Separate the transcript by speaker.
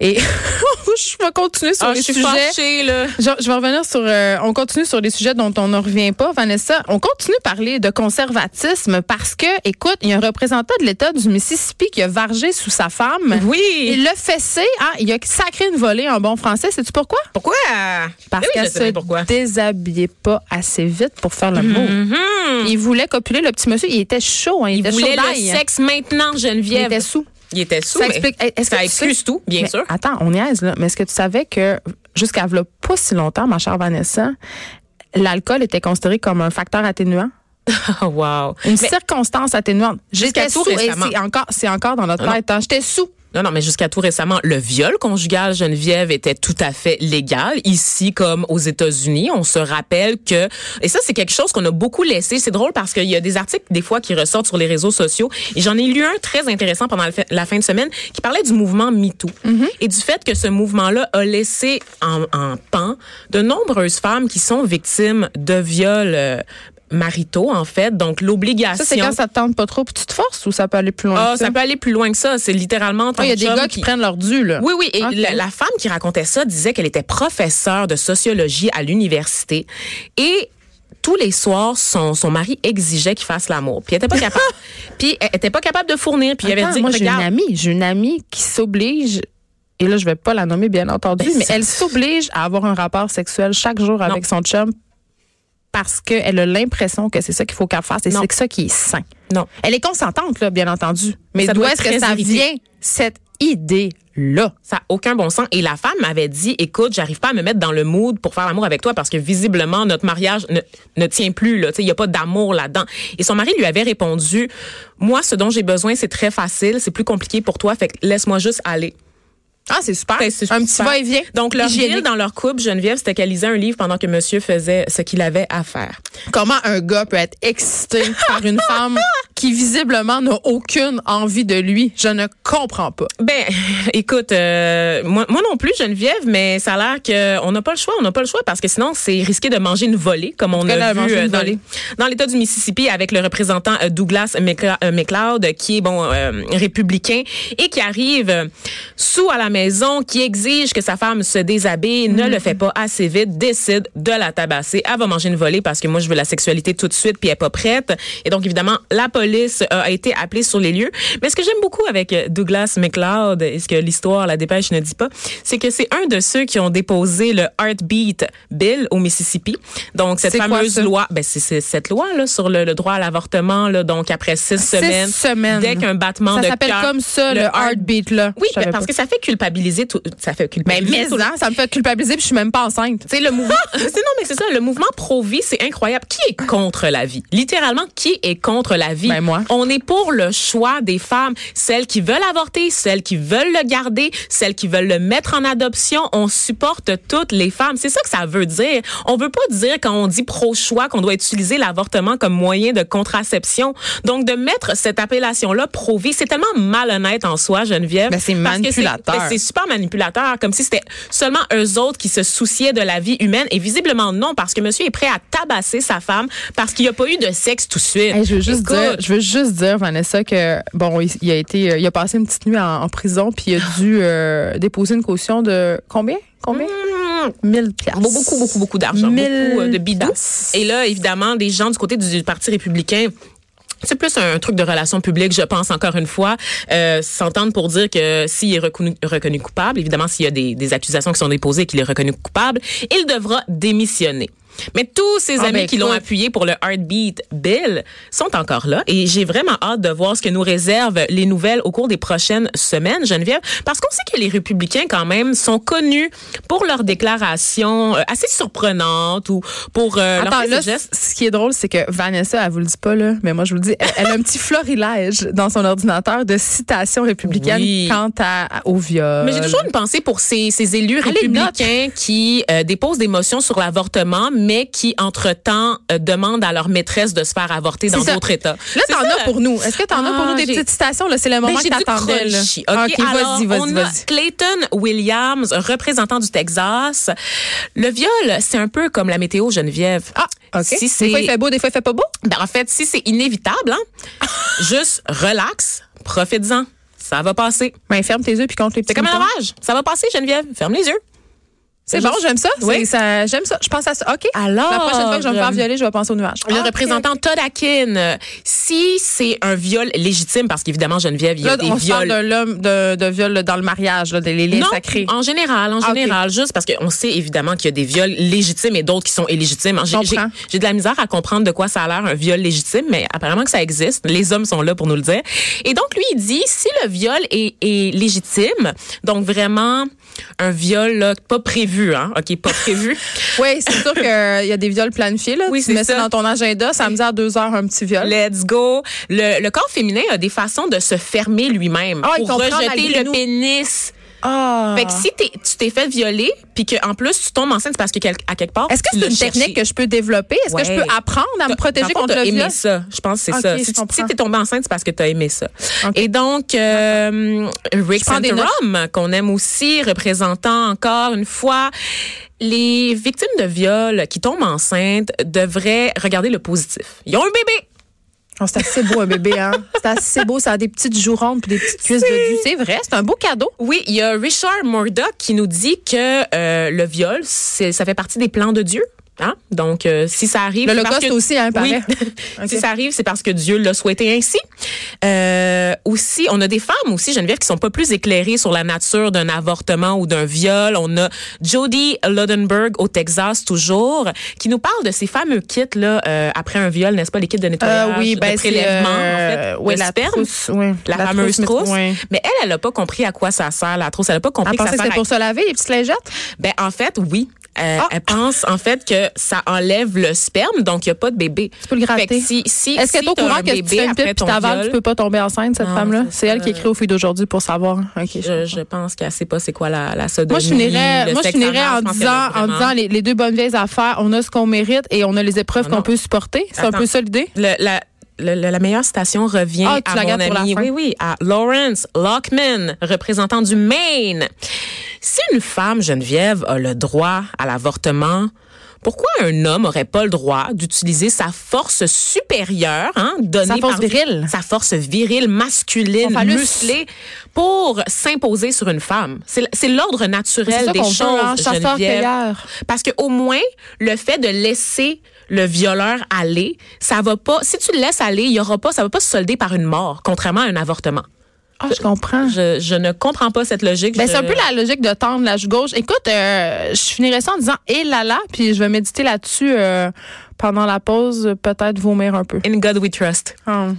Speaker 1: Et je vais continuer sur
Speaker 2: Ah,
Speaker 1: les
Speaker 2: je suis
Speaker 1: sujets.
Speaker 2: fâchée, là.
Speaker 1: Je, je vais revenir sur. euh, on continue sur des sujets dont on ne revient pas, Vanessa. On continue de parler de conservatisme parce que, écoute, il y a un représentant de l'État du Mississippi qui a vargé sous sa femme.
Speaker 2: Ben Oui.
Speaker 1: Il l'a fessé. Ah, il a sacré une volée en bon français. Sais-tu pourquoi?
Speaker 2: Pourquoi? Eh
Speaker 1: Parce
Speaker 2: Oui, je
Speaker 1: qu'elle
Speaker 2: savais
Speaker 1: se
Speaker 2: pourquoi.
Speaker 1: déshabillait pas assez vite pour faire le mot.
Speaker 2: Mhm.
Speaker 1: Il voulait copuler le petit monsieur. Il était chaud. hein. Il,
Speaker 2: Il
Speaker 1: était
Speaker 2: voulait
Speaker 1: chaud
Speaker 2: le
Speaker 1: d'ail.
Speaker 2: sexe maintenant,
Speaker 1: Il
Speaker 2: Geneviève.
Speaker 1: était sous.
Speaker 2: Il était sous,
Speaker 1: Ça
Speaker 2: mais
Speaker 1: explique. Est-ce que
Speaker 2: ça
Speaker 1: tu sais-
Speaker 2: excuse tout, bien
Speaker 1: Mais
Speaker 2: sûr.
Speaker 1: Attends, on niaise, là. Mais est-ce que tu savais que jusqu'à v'là pas si longtemps, ma chère Vanessa, l'alcool était considéré comme un facteur atténuant?
Speaker 2: Oh, wow.
Speaker 1: Une
Speaker 2: Mais-
Speaker 1: circonstance atténuante.
Speaker 2: Jusqu'à
Speaker 1: J'étais
Speaker 2: tout
Speaker 1: sous et
Speaker 2: récemment.
Speaker 1: c'est encore, c'est encore dans notre
Speaker 2: Ah non.
Speaker 1: tête. hein. J'étais sous.
Speaker 2: Non, non, mais jusqu'à tout récemment, le viol conjugal, Geneviève, était tout à fait légal ici comme aux États-Unis. On se rappelle que, et ça, c'est quelque chose qu'on a beaucoup laissé. C'est drôle parce qu'il y a des articles, des fois, qui ressortent sur les réseaux sociaux. Et j'en ai lu un très intéressant pendant la fin- la fin de semaine qui parlait du mouvement MeToo
Speaker 1: Mm-hmm.
Speaker 2: et du fait que ce mouvement-là a laissé en, en pan de nombreuses femmes qui sont victimes de viols euh, maritaux, en fait. Donc, l'obligation...
Speaker 1: Ça, c'est quand ça te tente pas trop puis tu te forces ou ça peut aller plus loin?
Speaker 2: Ah,
Speaker 1: que
Speaker 2: ça peut aller plus loin que ça. C'est littéralement ton
Speaker 1: Ah, Il y a des
Speaker 2: chum
Speaker 1: gars qui prennent leur dû, là.
Speaker 2: oui, oui. Et
Speaker 1: Ok.
Speaker 2: la, la femme qui racontait ça disait qu'elle était professeure de sociologie à l'université et tous les soirs, son, son mari exigeait qu'il fasse l'amour. Puis elle était pas capable. puis elle était pas capable de fournir. Puis il
Speaker 1: Attends,
Speaker 2: avait dit, Oh
Speaker 1: moi, j'ai une
Speaker 2: regarde,
Speaker 1: amie, j'ai une amie qui s'oblige. Et là, je vais pas la nommer, bien entendu,
Speaker 2: Ben,
Speaker 1: mais
Speaker 2: ça-
Speaker 1: elle s'oblige à avoir un rapport sexuel chaque jour avec son chum parce qu'elle a l'impression que c'est ça qu'il faut qu'elle fasse et
Speaker 2: Non.
Speaker 1: c'est ça qui est sain.
Speaker 2: non.
Speaker 1: Elle est consentante, là, bien entendu. Mais
Speaker 2: Ça
Speaker 1: d'où
Speaker 2: doit
Speaker 1: est-ce
Speaker 2: être
Speaker 1: que
Speaker 2: très
Speaker 1: ça
Speaker 2: irrité.
Speaker 1: vient, cette idée-là?
Speaker 2: Ça n'a aucun bon sens. Et la femme m'avait dit, écoute, j'arrive pas à me mettre dans le mood pour faire l'amour avec toi parce que visiblement, notre mariage ne, ne tient plus. là. Tu sais, Il n'y a pas d'amour là-dedans. Et son mari lui avait répondu, moi, ce dont j'ai besoin, c'est très facile, c'est plus compliqué pour toi, fait que laisse-moi juste aller.
Speaker 1: Ah, c'est super.
Speaker 2: Ben, c'est
Speaker 1: un petit
Speaker 2: super.
Speaker 1: va-et-vient.
Speaker 2: Donc, leur
Speaker 1: hygiénique.
Speaker 2: deal dans leur couple, Geneviève, c'était qu'elle lisait un livre pendant que monsieur faisait ce qu'il avait à faire.
Speaker 1: Comment un gars peut être excité par une femme qui, visiblement, n'a aucune envie de lui? Je ne comprends pas.
Speaker 2: Ben, écoute, euh, moi, moi non plus, Geneviève, mais ça a l'air qu'on n'a pas le choix, on n'a pas le choix parce que sinon, c'est risqué de manger une volée, comme on
Speaker 1: cas, elle
Speaker 2: a
Speaker 1: a
Speaker 2: vu
Speaker 1: mangé
Speaker 2: euh,
Speaker 1: une
Speaker 2: dans,
Speaker 1: volée.
Speaker 2: dans l'État du Mississippi avec le représentant euh, Douglas McLe- euh, McLeod, euh, qui est, bon, euh, républicain et qui arrive euh, sous à la maison, qui exige que sa femme se déshabille, ne le fait pas assez vite, décide de la tabasser. Elle va manger une volée parce que moi, je veux la sexualité tout de suite, puis elle n'est pas prête. Et donc, évidemment, la police euh, a été appelée sur les lieux. Mais ce que j'aime beaucoup avec euh, Douglas McLeod, et ce que l'histoire, la dépêche ne dit pas, c'est que c'est un de ceux qui ont déposé le Heartbeat Bill au Mississippi. Donc, cette
Speaker 1: C'est quoi,
Speaker 2: fameuse
Speaker 1: ça?
Speaker 2: loi, ben, c'est c'est cette loi là, sur le, le droit à l'avortement, là, donc après six, semaines,
Speaker 1: semaines.
Speaker 2: dès qu'un battement
Speaker 1: Ça
Speaker 2: de
Speaker 1: s'appelle
Speaker 2: cœur,
Speaker 1: comme ça, le,
Speaker 2: heart-
Speaker 1: heartbeat, là.
Speaker 2: Oui,
Speaker 1: Je savais
Speaker 2: ben, parce
Speaker 1: pas.
Speaker 2: que ça fait culpabiliser tout, ça fait
Speaker 1: Mais,
Speaker 2: culpabiliser
Speaker 1: mais,
Speaker 2: tout le-
Speaker 1: hein, ça me fait culpabiliser puis je suis même pas enceinte.
Speaker 2: c'est le mouvement. c'est non, mais c'est ça. Le mouvement pro-vie, c'est incroyable. Qui est contre la vie Littéralement, qui est contre la vie
Speaker 1: Ben, moi.
Speaker 2: On est pour le choix des femmes, celles qui veulent avorter, celles qui veulent le garder, celles qui veulent le mettre en adoption. On supporte toutes les femmes. C'est ça que ça veut dire. On veut pas dire quand on dit pro-choix qu'on doit utiliser l'avortement comme moyen de contraception. Donc de mettre cette appellation là pro-vie, c'est tellement malhonnête en soi, Geneviève.
Speaker 1: Ben, c'est
Speaker 2: parce que
Speaker 1: manipulateur.
Speaker 2: ben, c'est c'est super manipulateur, comme si c'était seulement eux autres qui se souciaient de la vie humaine. Et visiblement non, parce que monsieur est prêt à tabasser sa femme parce qu'il n'y a pas eu de sexe tout de suite.
Speaker 1: Hey, je veux juste
Speaker 2: Écoute,
Speaker 1: dire, je veux juste dire Vanessa que bon, il, il a été, euh, il a passé une petite nuit en, en prison puis il a dû euh, déposer une caution de combien, combien, 1000 Mmh, piastres.
Speaker 2: Beaucoup, beaucoup, beaucoup, beaucoup d'argent, beaucoup
Speaker 1: 1000
Speaker 2: euh, de bidou.
Speaker 1: piastres.
Speaker 2: Et là, évidemment, des gens du côté du du Parti républicain. C'est plus un truc de relations publiques, je pense, encore une fois. Euh, S'entendre pour dire que s'il est reconnu, reconnu coupable, évidemment, s'il y a des, des accusations qui sont déposées et qu'il est reconnu coupable, il devra démissionner. Mais tous ses
Speaker 1: Ah,
Speaker 2: amis
Speaker 1: ben,
Speaker 2: qui l'ont
Speaker 1: écoute.
Speaker 2: appuyé pour le Heartbeat Bill sont encore là et j'ai vraiment hâte de voir ce que nous réservent les nouvelles au cours des prochaines semaines, Geneviève, parce qu'on sait que les républicains quand même sont connus pour leurs déclarations euh, assez surprenantes ou pour euh, leurs
Speaker 1: Attends,
Speaker 2: petits
Speaker 1: là,
Speaker 2: gestes.
Speaker 1: c- ce qui est drôle, c'est que Vanessa, elle vous le dit pas, là, mais moi, je vous le dis, elle, elle a un petit florilège dans son ordinateur de citations républicaines
Speaker 2: Oui.
Speaker 1: quant à, au viol.
Speaker 2: Mais j'ai toujours une pensée pour ces, ces élus
Speaker 1: Allez,
Speaker 2: républicains qui euh, déposent des motions sur l'avortement, mais qui, entre-temps, euh, demandent à leur maîtresse de se faire avorter dans
Speaker 1: C'est ça.
Speaker 2: d'autres États.
Speaker 1: Là,
Speaker 2: C'est
Speaker 1: t'en
Speaker 2: ça.
Speaker 1: as pour nous. Est-ce que t'en as pour
Speaker 2: Ah,
Speaker 1: nous des
Speaker 2: j'ai-
Speaker 1: petites citations? Là, c'est le moment
Speaker 2: Ben,
Speaker 1: que t'attendais. là.
Speaker 2: j'ai du crunchy. OK, alors,
Speaker 1: vas-y, vas-y,
Speaker 2: on a
Speaker 1: vas-y.
Speaker 2: Clayton Williams, représentant du Texas. Le viol, c'est un peu comme la météo, Geneviève.
Speaker 1: Ah, OK.
Speaker 2: Si
Speaker 1: des fois, il
Speaker 2: c'est
Speaker 1: fait beau, des fois, il fait pas beau.
Speaker 2: Ben, en fait, si c'est inévitable, hein, juste relax, profites-en. Ça va passer.
Speaker 1: Ben, ferme tes yeux puis compte les petits.
Speaker 2: C'est comme un
Speaker 1: moutons.
Speaker 2: orage. Ça va passer, Geneviève. Ferme les yeux.
Speaker 1: C'est bon, j'aime ça.
Speaker 2: Oui.
Speaker 1: C'est- ça- j'aime ça. Je pense à ça. OK.
Speaker 2: Alors,
Speaker 1: La prochaine fois que je vais me
Speaker 2: euh,
Speaker 1: faire violer, je vais penser aux nuages.
Speaker 2: Le
Speaker 1: OK.
Speaker 2: représentant Todd Akin, euh, si c'est un viol légitime, parce qu'évidemment, Geneviève, il y a
Speaker 1: Là,
Speaker 2: des
Speaker 1: on se parle
Speaker 2: viols.
Speaker 1: de l'homme de, de viol là, dans le mariage, là, des les liens
Speaker 2: non,
Speaker 1: sacrés.
Speaker 2: en général, en
Speaker 1: Ah, ok.
Speaker 2: général, juste parce qu'on sait évidemment qu'il y a des viols légitimes et d'autres qui sont illégitimes. J'ai- J'ai
Speaker 1: Comprends.
Speaker 2: j'ai de la misère à comprendre de quoi ça a l'air un viol légitime, mais apparemment que ça existe. Les hommes sont là pour nous le dire. Et donc lui, il dit si le viol est, est légitime, donc vraiment un viol là, pas prévu, hein, ok, pas prévu.
Speaker 1: Oui, c'est sûr qu'il y a des viols planifiés. Là.
Speaker 2: Oui,
Speaker 1: tu
Speaker 2: c'est
Speaker 1: mets ça. dans
Speaker 2: ça.
Speaker 1: ton agenda, samedi à deux heures, un petit viol.
Speaker 2: Let's go. Le, le corps féminin a des façons de se fermer lui-même
Speaker 1: Ah, il
Speaker 2: pour
Speaker 1: comprend
Speaker 2: rejeter
Speaker 1: malgré
Speaker 2: le
Speaker 1: nous.
Speaker 2: pénis.
Speaker 1: Ah.
Speaker 2: Fait que si t'es- tu t'es fait violer, puis qu'en plus tu tombes enceinte, c'est parce que quel- à quelque part.
Speaker 1: Est-ce que
Speaker 2: tu
Speaker 1: c'est
Speaker 2: l'as
Speaker 1: une
Speaker 2: cherché.
Speaker 1: technique que je peux développer? Est-ce
Speaker 2: Ouais.
Speaker 1: que je peux apprendre à me
Speaker 2: T'as- dans
Speaker 1: protéger
Speaker 2: le fond,
Speaker 1: contre
Speaker 2: t'as
Speaker 1: le
Speaker 2: aimé
Speaker 1: viol?
Speaker 2: ça. Je pense que c'est
Speaker 1: Ok,
Speaker 2: ça.
Speaker 1: je
Speaker 2: Si, tu
Speaker 1: comprends.
Speaker 2: si t'es tombée enceinte, c'est parce que t'as aimé ça.
Speaker 1: Ok.
Speaker 2: Et donc, euh, Rick
Speaker 1: prends des
Speaker 2: Santorum, qu'on aime aussi, représentant encore une fois, les victimes de viol qui tombent enceintes devraient regarder le positif. Ils ont un bébé.
Speaker 1: Oh, c'est assez beau, un bébé, hein? C'est assez beau. Ça a des petites joues rondes puis des petites cuisses de C'est vrai, c'est un beau cadeau.
Speaker 2: Oui, il y a Richard Murdoch qui nous dit que euh, le viol, c'est- ça fait partie des plans de Dieu. Hein? Donc, euh, si ça arrive... c'est parce
Speaker 1: L'Holocauste
Speaker 2: que-
Speaker 1: aussi, hein,
Speaker 2: Oui.
Speaker 1: paraît. Ok.
Speaker 2: si ça arrive, c'est parce que Dieu l'a souhaité ainsi. Euh, aussi, on a des femmes aussi, Geneviève, qui sont pas plus éclairées sur la nature d'un avortement ou d'un viol. On a Jody Lodenberg au Texas toujours, qui nous parle de ces fameux kits là euh, après un viol, n'est-ce pas, les kits de nettoyage, Euh, de
Speaker 1: Euh, ben, c'est,
Speaker 2: prélèvement,
Speaker 1: euh,
Speaker 2: en fait,
Speaker 1: oui,
Speaker 2: de
Speaker 1: la
Speaker 2: sperme.
Speaker 1: trousse, oui.
Speaker 2: La, fameuse
Speaker 1: mais-
Speaker 2: trousse.
Speaker 1: oui.
Speaker 2: Mais elle, elle n'a pas compris à quoi ça sert, la trousse. Elle n'a pas compris
Speaker 1: Elle
Speaker 2: que ça
Speaker 1: pensait que
Speaker 2: sert
Speaker 1: c'était
Speaker 2: à-
Speaker 1: pour se laver, les petites lingettes?
Speaker 2: Ben, en fait, oui. Euh,
Speaker 1: Ah.
Speaker 2: Elle pense, en fait, que ça enlève le sperme, donc il n'y a pas de bébé.
Speaker 1: Tu peux le gratter.
Speaker 2: Fait que si, si,
Speaker 1: Est-ce qu'elle
Speaker 2: si
Speaker 1: est au
Speaker 2: t'as
Speaker 1: courant
Speaker 2: un
Speaker 1: que si tu
Speaker 2: bébé
Speaker 1: fais une
Speaker 2: après
Speaker 1: pipe
Speaker 2: ton
Speaker 1: puis t'avales, tu
Speaker 2: viol,
Speaker 1: peux pas tomber enceinte, cette
Speaker 2: Non,
Speaker 1: femme-là?
Speaker 2: c'est
Speaker 1: C'est elle
Speaker 2: ça.
Speaker 1: qui écrit au fil d'aujourd'hui pour savoir. OK. je
Speaker 2: je, je pense qu'elle sait pas c'est quoi la, la sodomie.
Speaker 1: Moi, je finirais,
Speaker 2: le
Speaker 1: moi, je
Speaker 2: sexe
Speaker 1: finirais
Speaker 2: anal.
Speaker 1: en
Speaker 2: Je pense
Speaker 1: disant,
Speaker 2: qu'elle a
Speaker 1: en
Speaker 2: vraiment-
Speaker 1: disant les, les deux bonnes vieilles affaires, on a ce qu'on mérite et on a les épreuves
Speaker 2: Ah non.
Speaker 1: qu'on peut supporter. C'est un
Speaker 2: Attends.
Speaker 1: peu ça l'idée.
Speaker 2: Le- la, le- le- la meilleure citation revient
Speaker 1: Ah, tu
Speaker 2: à
Speaker 1: la
Speaker 2: mon
Speaker 1: gardes pour la
Speaker 2: ami,
Speaker 1: fin.
Speaker 2: oui, oui, à Lawrence Lockman, représentant du Maine. Si une femme, Geneviève, a le droit à l'avortement, pourquoi un homme aurait pas le droit d'utiliser sa force supérieure, hein, donnée
Speaker 1: Sa force
Speaker 2: par-
Speaker 1: virile.
Speaker 2: sa force virile, masculine,
Speaker 1: Son phallus.
Speaker 2: musclée, pour s'imposer sur une femme C'est l- C'est l'ordre
Speaker 1: C'est
Speaker 2: naturel
Speaker 1: ça
Speaker 2: des
Speaker 1: qu'on
Speaker 2: choses,
Speaker 1: veut, hein,
Speaker 2: Geneviève.
Speaker 1: chasseur-cueilleur.
Speaker 2: Parce que au moins, le fait de laisser le violeur aller, ça va pas. Si tu le laisses aller, il y aura pas, ça va pas se solder par une mort, contrairement à un avortement.
Speaker 1: Ah, je comprends.
Speaker 2: Je, je ne comprends pas cette logique.
Speaker 1: Ben,
Speaker 2: Je-
Speaker 1: c'est un peu la logique de tendre la joue gauche. Écoute, euh, je finirais ça en disant et là là, puis je vais méditer là-dessus euh, pendant la pause, peut-être vomir un peu.
Speaker 2: In God we trust.
Speaker 1: Ah.